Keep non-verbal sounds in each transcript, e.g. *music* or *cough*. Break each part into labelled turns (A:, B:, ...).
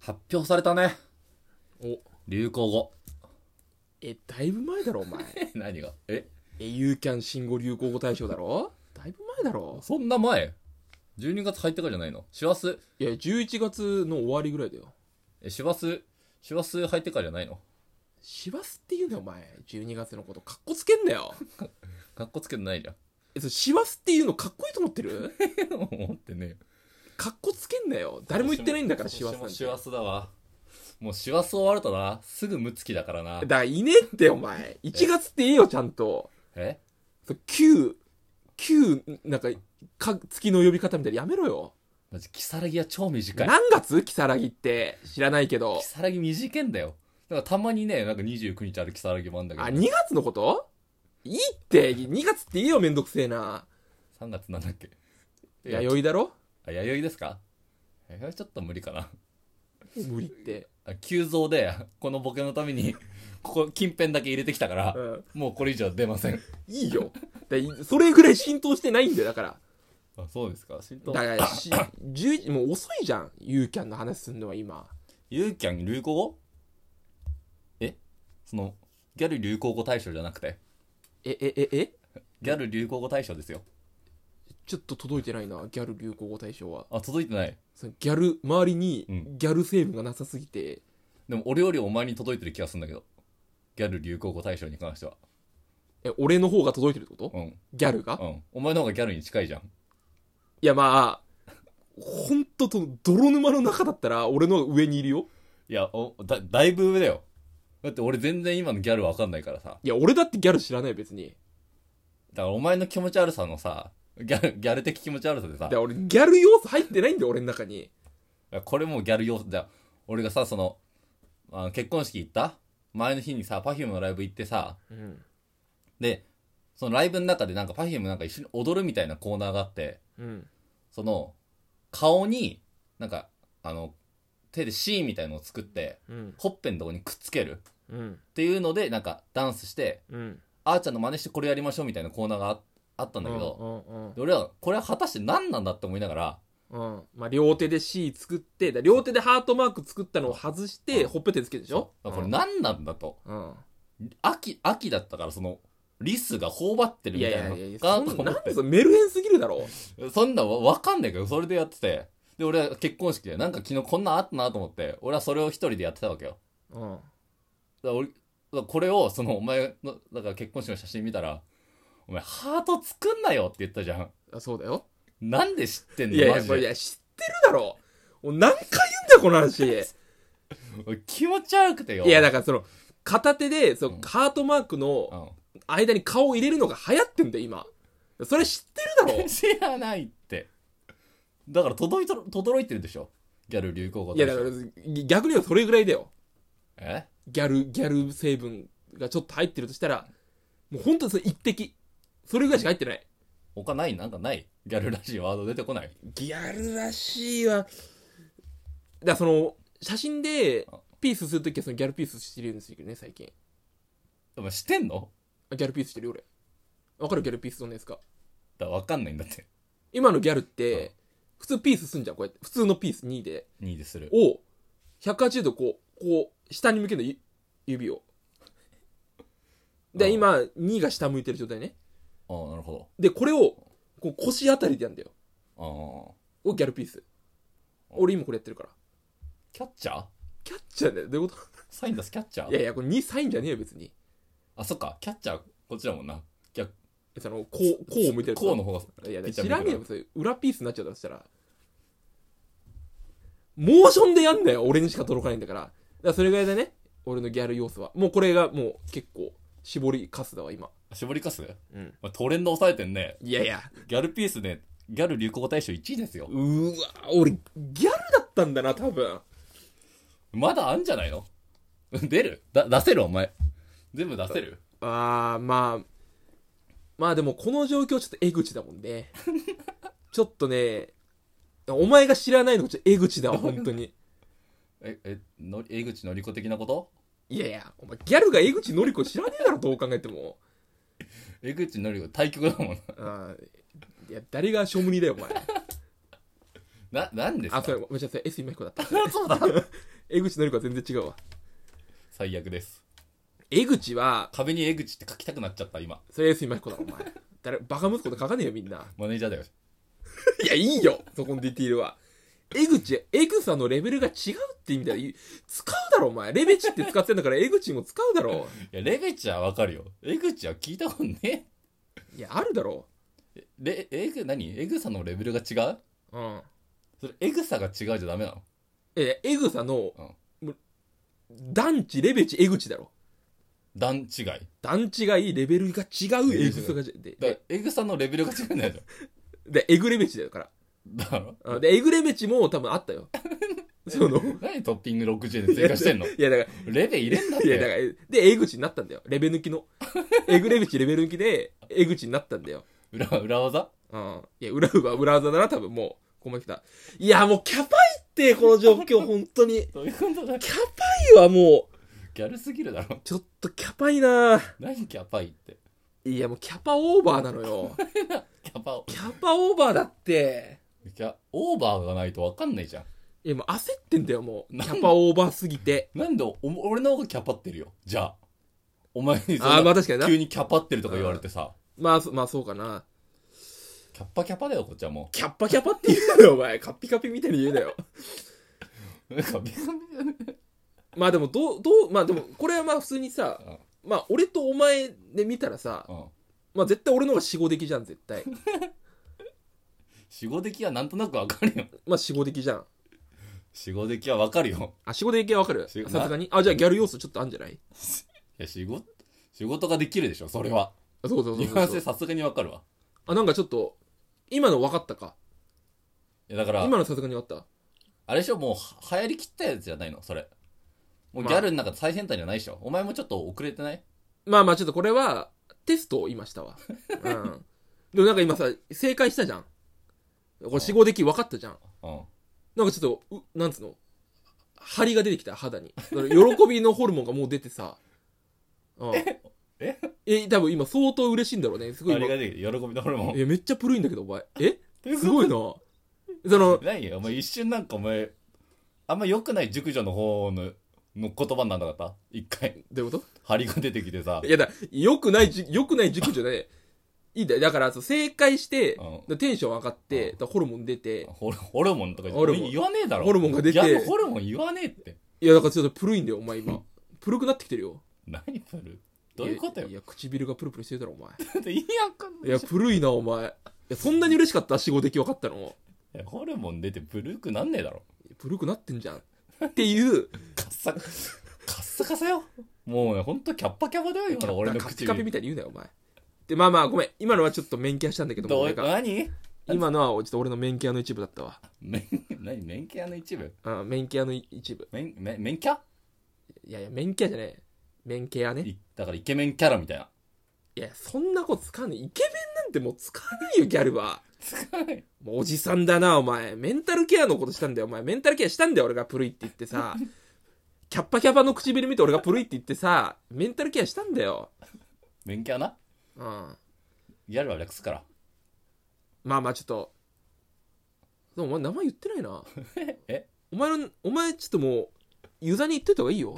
A: 発表されたね。
B: お
A: 流行語。
B: えだいぶ前だろお前
A: 何がえ
B: えユーキャン新語・流行語大賞だろだいぶ前だろ
A: そんな前 ?12 月入ってからじゃないの師走、
B: いや11月の終わりぐらいだよ
A: え、師走、師走入ってからじゃないの
B: 師走って言うなよお前12月のことかっこつけんなよ
A: かっこつけてないじゃん。
B: えそれ師走っていうのかっこいいと思ってる
A: 思ってね。
B: かっこつけんなよ誰も言ってないんだから師
A: 師
B: 走
A: 走
B: なんて
A: 師走だわ。もう師走終わるとな、すぐムツキだからな
B: だ。からいねえってお前1月って言えよちゃんと
A: え
B: そう旧旧なんかか月の呼び方みたいなのやめろよ
A: マジ、キサラギは超短い。
B: 何月如月って知らないけど
A: キサラギ短いんだよ。だからたまにね、なんか29日あるキサラギもあんだけ
B: あ
A: ど、
B: 2月のこといいって2月って言えよめんどくせえな
A: 3月なんだっけ。
B: 弥生だろ
A: あ、弥生ですか弥生ちょっと無理かな。
B: 無理って、
A: あ急増で、このボケのために、 *laughs* ここ、近辺だけ入れてきたから
B: う、ん、
A: もうこれ以上出ません。
B: いいよだそれぐらい浸透してないんだよだから
A: あ、そうですか浸透
B: だ。からし11もう遅いじゃんユーキャンの話すんのは今
A: ユーキャン流行語えその、ギャル流行語大賞じゃなくて、
B: ええええ
A: ギャル流行語大賞ですよ。
B: ちょっと届いてないなギャル流行語大賞は
A: あ、届いてない。
B: そのギャル周りに
A: うん
B: ギャル成分がなさすぎて、
A: でも俺よりお前に届いてる気がするんだけど。ギャル流行語大賞に関しては。
B: え俺の方が届いてるってこと
A: うん。
B: ギャルが、
A: う
B: い
A: ん。お前の方がギャルに近いじゃん。
B: やまあほんとと泥沼の中だったら俺の方が上にいるよ
A: いや、お、だ、だいぶ上だよ。だって俺全然今のギャルわかんないからさ。
B: いや俺だってギャル知らないよ別に
A: だからお前の気持ち悪さのさ、ギャル、ギャル的気持ち悪さでさ
B: だか、ら俺ギャル要素入ってないんだよ俺の中に
A: これもうギャル要素だよ。俺がさ、その、あ結婚式行った前の日にさ、Perfume のライブ行ってさ、
B: うん
A: で、そのライブの中でなんか Perfume なんか一緒に踊るみたいなコーナーがあって、
B: うん
A: その、顔に、なんか、あの、手で C みたいのを作って、
B: うん
A: ほっぺんとこにくっつけるっ
B: うん
A: ていうので、なんかダンスして、
B: うん
A: あーちゃんの真似してこれやりましょうみたいなコーナーがああったんだけど、
B: うん
A: で俺はこれは果たして何なんだって思いながら、
B: うんうんまあ両手で C 作ってだから両手でハートマーク作ったのを外して
A: うん
B: ほっぺ手つけるでしょ
A: あこれ何なんだと。
B: うん
A: 秋、秋だったから、その、リスが頬張ってる
B: い
A: みた
B: や
A: い
B: い
A: な
B: や
A: の
B: いや
A: か
B: そ
A: なと
B: ん
A: 思
B: な
A: っ
B: んでそれメルヘンすぎるだろ
A: て。そんなんわわかんないけど、それでやってて。で、俺は結婚式で、なんか昨日こんなんあったなと思って、俺はそれを一人でやってたわけよ。
B: うん
A: だから俺、だからこれを、その、お前の、だから結婚式の写真見たら、お前、ハート作んなよって言ったじゃん。
B: あそうだよ
A: なんで知ってんの
B: いやい
A: マ
B: や
A: ジ
B: これい
A: で。
B: や知ってるだろもう何回言うんだよこの話い
A: 俺気持ち悪くてよ。
B: や
A: だ、
B: だからその片手でそのハートマーク
A: う
B: の
A: ん。
B: 間に顔を入れるのが流行ってんだよ今それ知ってる *laughs* だろ
A: 知らないって。だから、届いとる、届いてるでしょ。ギャル流行語
B: いやだから逆に言うとそれぐらいだよ
A: え
B: ギャルギャル成分がちょっと入ってるとしたらもう本当にそれ一滴それぐらいしか入ってない
A: 他ないなんかないギャルらしいワード出てこない
B: ギャルらしいわだからその写真でピースするときはそのギャルピースしてるんですよね最近
A: お前してんの
B: あギャルピースしてるよ俺わかるギャルピースどんなやつか
A: だから分かんないんだって。
B: 今のギャルっ
A: うん
B: て普通ピースすんじゃんこうやって普通のピース2で
A: 2でする。
B: を180度こうこう下に向けるのゆ指を
A: う
B: で
A: ん
B: 今2が下向いてる状態ね
A: ああ、なるほ
B: でこれをこう腰あたりでやるんだよ
A: ど。
B: をギャルピース俺今これやってるから
A: ああ。キャッチャー
B: キャッチャーだよどういうこ
A: サイン出すキャッチャ
B: と
A: ー
B: いやいやこれ2サインじゃねえよ別に
A: あ、そっか。キャッチャー、こっちだもんな。逆、
B: そのこうこう向いてる
A: こうの方が。
B: いや
A: ピッチャー
B: 知らねえよ
A: 見
B: それ裏ピースになっちゃうだろそしたらモーションでやんなよ俺にしか届かないんだからだからそれぐらいだね俺のギャル要素はもうこれがもう結構絞りかすだわ今
A: 絞りかす、
B: うん
A: まあ、トレンド抑えてんね。
B: いやいや
A: ギャルピースね、ギャル流行語大賞1位ですよ。
B: うわ俺ギャルだったんだな多分
A: まだあんじゃないの出るだ、出せるお前。全部出せる
B: あーまあまあでもこの状況ちょっと江口だもんね *laughs* ちょっとねお前が知らないのがちょっと江口だわ本当に
A: え、え、の、江口のりこ的なこと
B: いやいやお前ギャルが江口のり子知らねえだろどう考えても
A: 江口のりこ対局だもんな。
B: あーいや誰がしょむりだよお前
A: な、なんです
B: あ、
A: か
B: それ、ごめんなさい、S 今彦だっ
A: *laughs*
B: た。
A: そうだ。 *laughs*
B: 江口のり子は全然違うわ。
A: 最悪です。
B: 江口は、
A: 壁に江口って書きたくなっちゃった、今。
B: それ S 今彦だ、お前。誰、バカ息子と書かねえよ、みんな。
A: マネージャーだよ。
B: いや、いいよ、そこのディティールは。江口、江口さんのレベルが違うって意味だよ。い使うだろ、お前。レベチって使ってんだから、江口も使うだろ。
A: いや、レベチはわかるよ。江口は聞いたもんね。
B: いや、あるだろ。
A: レ、えぐ、何エグさのレベルが違う
B: うん。
A: それ、エグさが違うじゃダメなの
B: え、エグさの、もう団地、レベチ、エグチだろ。
A: 段違い。だか
B: 団地がいい、レベルが違う、エグさが、で、
A: ら
B: で、、
A: エグさのレベルが違うんだよ。
B: でエグレベチだよから。
A: だろ
B: うんで、エグレベチも多分あったよ。その、
A: 何トッピング60で追加してんの
B: いや、だから、
A: レベ入れんだっ
B: いや、だ
A: て。
B: から、で、エグチになったんだよ。レベ抜きの。エグレベチ、レベル抜きで、エグチになったんだよ。
A: 裏、裏技
B: うん。いや、裏は裏技だな、多分もう。ここまで来た。いや、もうキャパいって、この状況、本当に。
A: そういうことだ。
B: キャパいはもう、
A: ギャルすぎるだろ。
B: ちょっとキャパいな
A: 何キャパいって。
B: いや、もうキャパオーバーなのよ。
A: キャパを。
B: キャパオーバーだって。
A: キャ、オーバーがないとわかんないじゃん。
B: いや、もう焦ってんだよ、もう。キャパオーバーすぎて。
A: なんでお俺の方がキャパってるよ。じゃあ。お前にそんな
B: ああ、まあ確かにな
A: 急。にキャパってるとか言われてさ。
B: まあ、そまあそうかな。
A: キャッパキャパだよ、こっちはも
B: キャッパキャパって言うなよ、お前。カッピカピみたいに言うなよ。
A: う。なんか別に、
B: まあでも、どう、どう、まあでも、これはまあ普通にさ、まあ俺とお前で見たらさ、
A: うん。
B: まあ絶対俺の方が死後的じゃん、絶対。
A: 死後出来はなんとなくわかるよ。
B: まあ死後的じゃん。
A: 死後出来はわかるよ。
B: あ、仕事系わかる
A: 仕
B: さ
A: 事
B: すがに。あ、じゃあギャル要素ちょっとあんじゃない
A: いや、仕事、仕事ができるでしょ、それは。
B: あそうそうそ
A: ニ
B: う
A: ュア
B: そ
A: ンスで
B: う。
A: さすがにわかるわ。
B: あ、なんかちょっと、今の分かったか。
A: いや、だから、
B: 今のさすがに分かった。
A: あれでしょ、もうは流行りきったやつじゃないの、それ。もう
B: ま
A: ギ
B: あ
A: ャルの中で最先端じゃないでしょ。お前もちょっと遅れてない
B: まあまあちょっとこれは、テストを
A: *laughs*
B: 今したわ。うん。でもなんか今さ、正解したじゃん。これ死後的分かったじゃん。
A: うん。
B: なんかちょっと、うなんつうの張りが出てきた、肌に。だから喜びのホルモンがもう出てさ。うん。
A: *laughs* え
B: え、多分今相当嬉しいんだろうね。すごい
A: あれ
B: 今
A: が。できる。喜びのホルモ
B: い
A: ン。
B: や、めっちゃプルいんだけど、お前。えすごいな。その、
A: 何よ、お前一瞬なんかお前、あんま良くない熟女の方の、の言葉になんなかった一回、
B: どういうこと
A: 張りが出てきてさ
B: い。やだ、良くないじ、良くない塾じゃない。いいんだよ。だから、そう正解して、
A: う
B: テンション上がって、ホルモン出て、
A: ホルホルモンとか
B: ホルモン
A: 言わねえだろ。
B: ホルモンが出て
A: ギャルホルモン言わねえって。
B: いや、だからちょっとプルいんだよ、お前今。プルくなってきてるよ。
A: 何プルどういうことよ
B: い。や、唇がプルプルしてるだろ、お前。
A: だって意味わかんない
B: いや、プルいな、お前。いや、そんなに嬉しかった死後的分かったの。
A: いやホルモン出てブルーくなんねえだろ。
B: プルくなってんじゃん。っていう、
A: カッサ、カッサカサよ。もうね、ほんとキャッパキャパだよ、今の俺の
B: カピカ
A: 唇。
B: ピみたいに言うなよ、お前。で、まあまあ、ごめん。今のはちょっと免許したんだけども、
A: どう
B: 俺が
A: 何
B: 今のは、ちょっと俺の免許の一部だったわ。
A: 免、何免許屋の一部
B: うん、免許の一部。
A: 免、免、免キャ
B: いやいや、免許じゃねえ。免許やね。
A: いだからイケメンキャラみたいな。
B: いや、そんなこと使わない。イケメンなんてもう使わないよ、ギャルは。
A: はい
B: もうおじさんだな、お前。メンタルケアのことしたんだよ、お前。メンタルケアしたんだよ、俺がプルイって言ってさ。キャッパキャパの唇見て俺がプルイって言ってさ、メンタルケアしたんだよ。
A: 免許屋な
B: うん。ま
A: ギャルは略すから。
B: あまあ、ちょっと。でもお前名前言ってないな。
A: *laughs* え
B: お前の、お前ちょっともう、ユザに言っといた方がいいよ。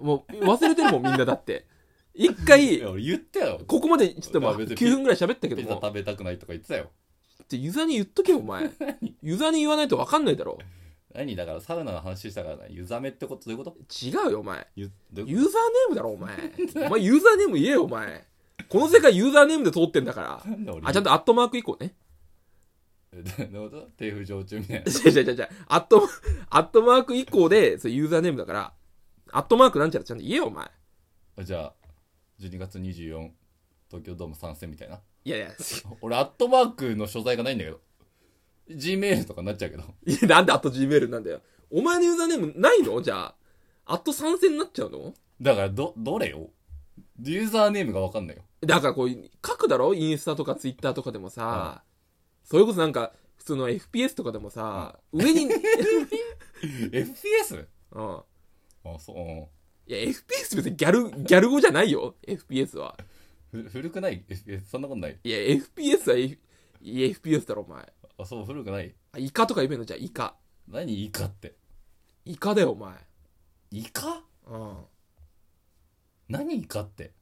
B: もう、忘れてるもん、みんなだって。一
A: い
B: 回、
A: や、俺言ったよ。
B: ここまでちょっとまあ
A: いや別に
B: 9分ぐらい喋ったけど
A: ピザ
B: も。
A: 食べたくないとか言ってたよ。
B: ってユザに言っとけよお前ユザに言わないと分かんないだろ
A: 何だからサウナの話したからな。湯ざめってことどういうこと
B: 違うよお前
A: ゆどういう
B: ユーザーネームだろお前お前ユーザーネーム言えよお前この世界ユーザーネームで通ってんだか
A: なんで俺
B: らあちゃんとアットマーク以降ね *laughs*
A: *laughs* どういうこと手不上中みたいな。
B: 違う違う違う違うアットアットマーク以降でそうユーザーネームだからアットマークなんちゃらちゃんと言えよお前
A: あじゃあ、12月24、東京ドーム参戦みたいな。
B: いやいや *laughs*
A: 俺、アットマークの所在がないんだけど。Gmail とかになっちゃうけど。
B: いやなんでアット Gmail なんだよお前のユーザーネームないのじゃあアット参戦になっちゃうの
A: だから、ど、どれよユーザーネームがわかんないよ。
B: だからこういう書くだろインスタとかツイッターとかでもさ、それこそなんか普通の FPS とかでもさ、上に *laughs*
A: FPS?
B: うん。
A: あ、そ
B: いや、FPS 別にギャル、ギャル語じゃないよ。FPS は。
A: ううん。ふ古くない FPS? そんなことない。
B: いや、FPS は、F、いや FPS だろ、お前。
A: あ、そう、古くない
B: あイカとか言えばいいのじゃあイカ
A: 何イカって。
B: イカだよお前
A: イカ
B: うん
A: 何イカって。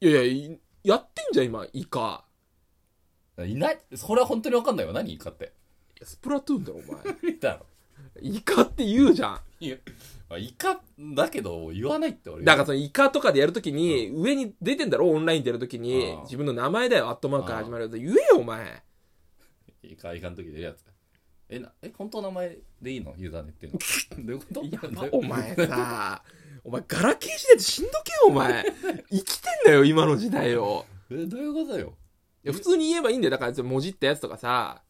B: いやいやいやってんじゃん今イカ
A: いない、それは本当にわかんないわ。何イカって。 *laughs*
B: いやスプラトゥーンだろお前 *laughs*
A: 無理だろ。
B: イカって言うじゃん
A: いや、まあ、イカだけど、言わないって俺。
B: だからそのイカとかでやるときに、上に出てんだろオンラインでやるときに
A: ああ
B: 自分の名前だよアットマークから始まるやつ言えよお前
A: イカ、イカの時出るやつ。え、な、え、本当の名前でいいのユーザーネっていうの。どういうこと
B: いや
A: どういうこと
B: お前さお前ガラケー時代ってしんどけよお前
A: *laughs*
B: 生きてんだよ今の時代を
A: え、どういうことよ。
B: いや普通に言えばいいんだよだから文字ったやつとかさ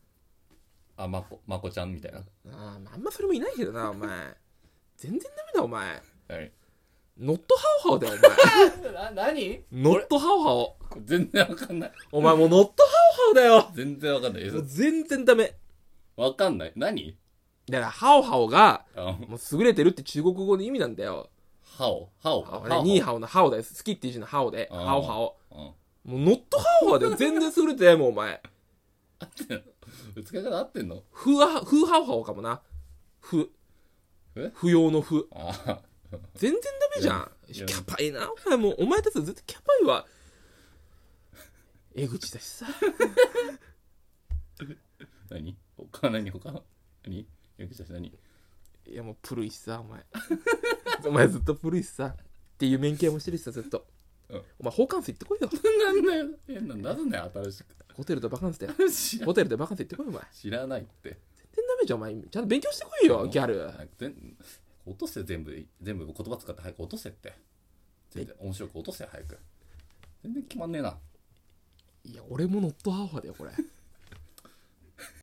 A: あ、まこ、まこちゃんみたいな。
B: あああんまそれもいないけどなお前全然ダメだお前
A: はい。
B: ノットハオハオだよ
A: *laughs*
B: お前
A: な、何
B: ノットハオハオ
A: 全然わかんない。
B: お前もうノットハオハオだよ
A: 全然わかんない。え
B: も
A: そう
B: 全然ダメ
A: わかんない。何
B: だからハオハオが
A: あ
B: もう優れてるって中国語の意味なんだよ
A: ハオ、ハオ、
B: あ
A: ハ
B: ね
A: オ。
B: ニーハオのハオだよ好きっていう字のハオで
A: あー
B: ハオハオ
A: うん。
B: もうノットハオハオだよ全然優れてないもんお前
A: 使い方合ってんの
B: ふわ、ふハオハオかもな。ふ
A: え。
B: 不要のふ。
A: あ
B: 全然ダメじゃん。
A: いや
B: キャパいな。お前もう、お前たちは絶対キャパいわ。江口だしさ。
A: 何他何他何よくしたし何
B: いやもう古いしさ、お前。 *laughs* お前ずっと古いしさ。っていう免許もしてるしさ、ずっと。
A: うん
B: お前、ホーカンス行ってこいよ。
A: なんだよ。え、な、なぜね、新し
B: ホテルとバカンスだよ。
A: く。知ら
B: ホテルでバカンス行ってこいよ、お前。
A: 知らないって。
B: 全然ダメじゃん、お前。ちゃんと勉強してこいよ、ギャル。
A: 全落とせ、全部、全部言葉使って早く落とせって。全然面白く落とせ、早く。全然決まんねえな。
B: いや、俺もノットハオハオだよ、これ。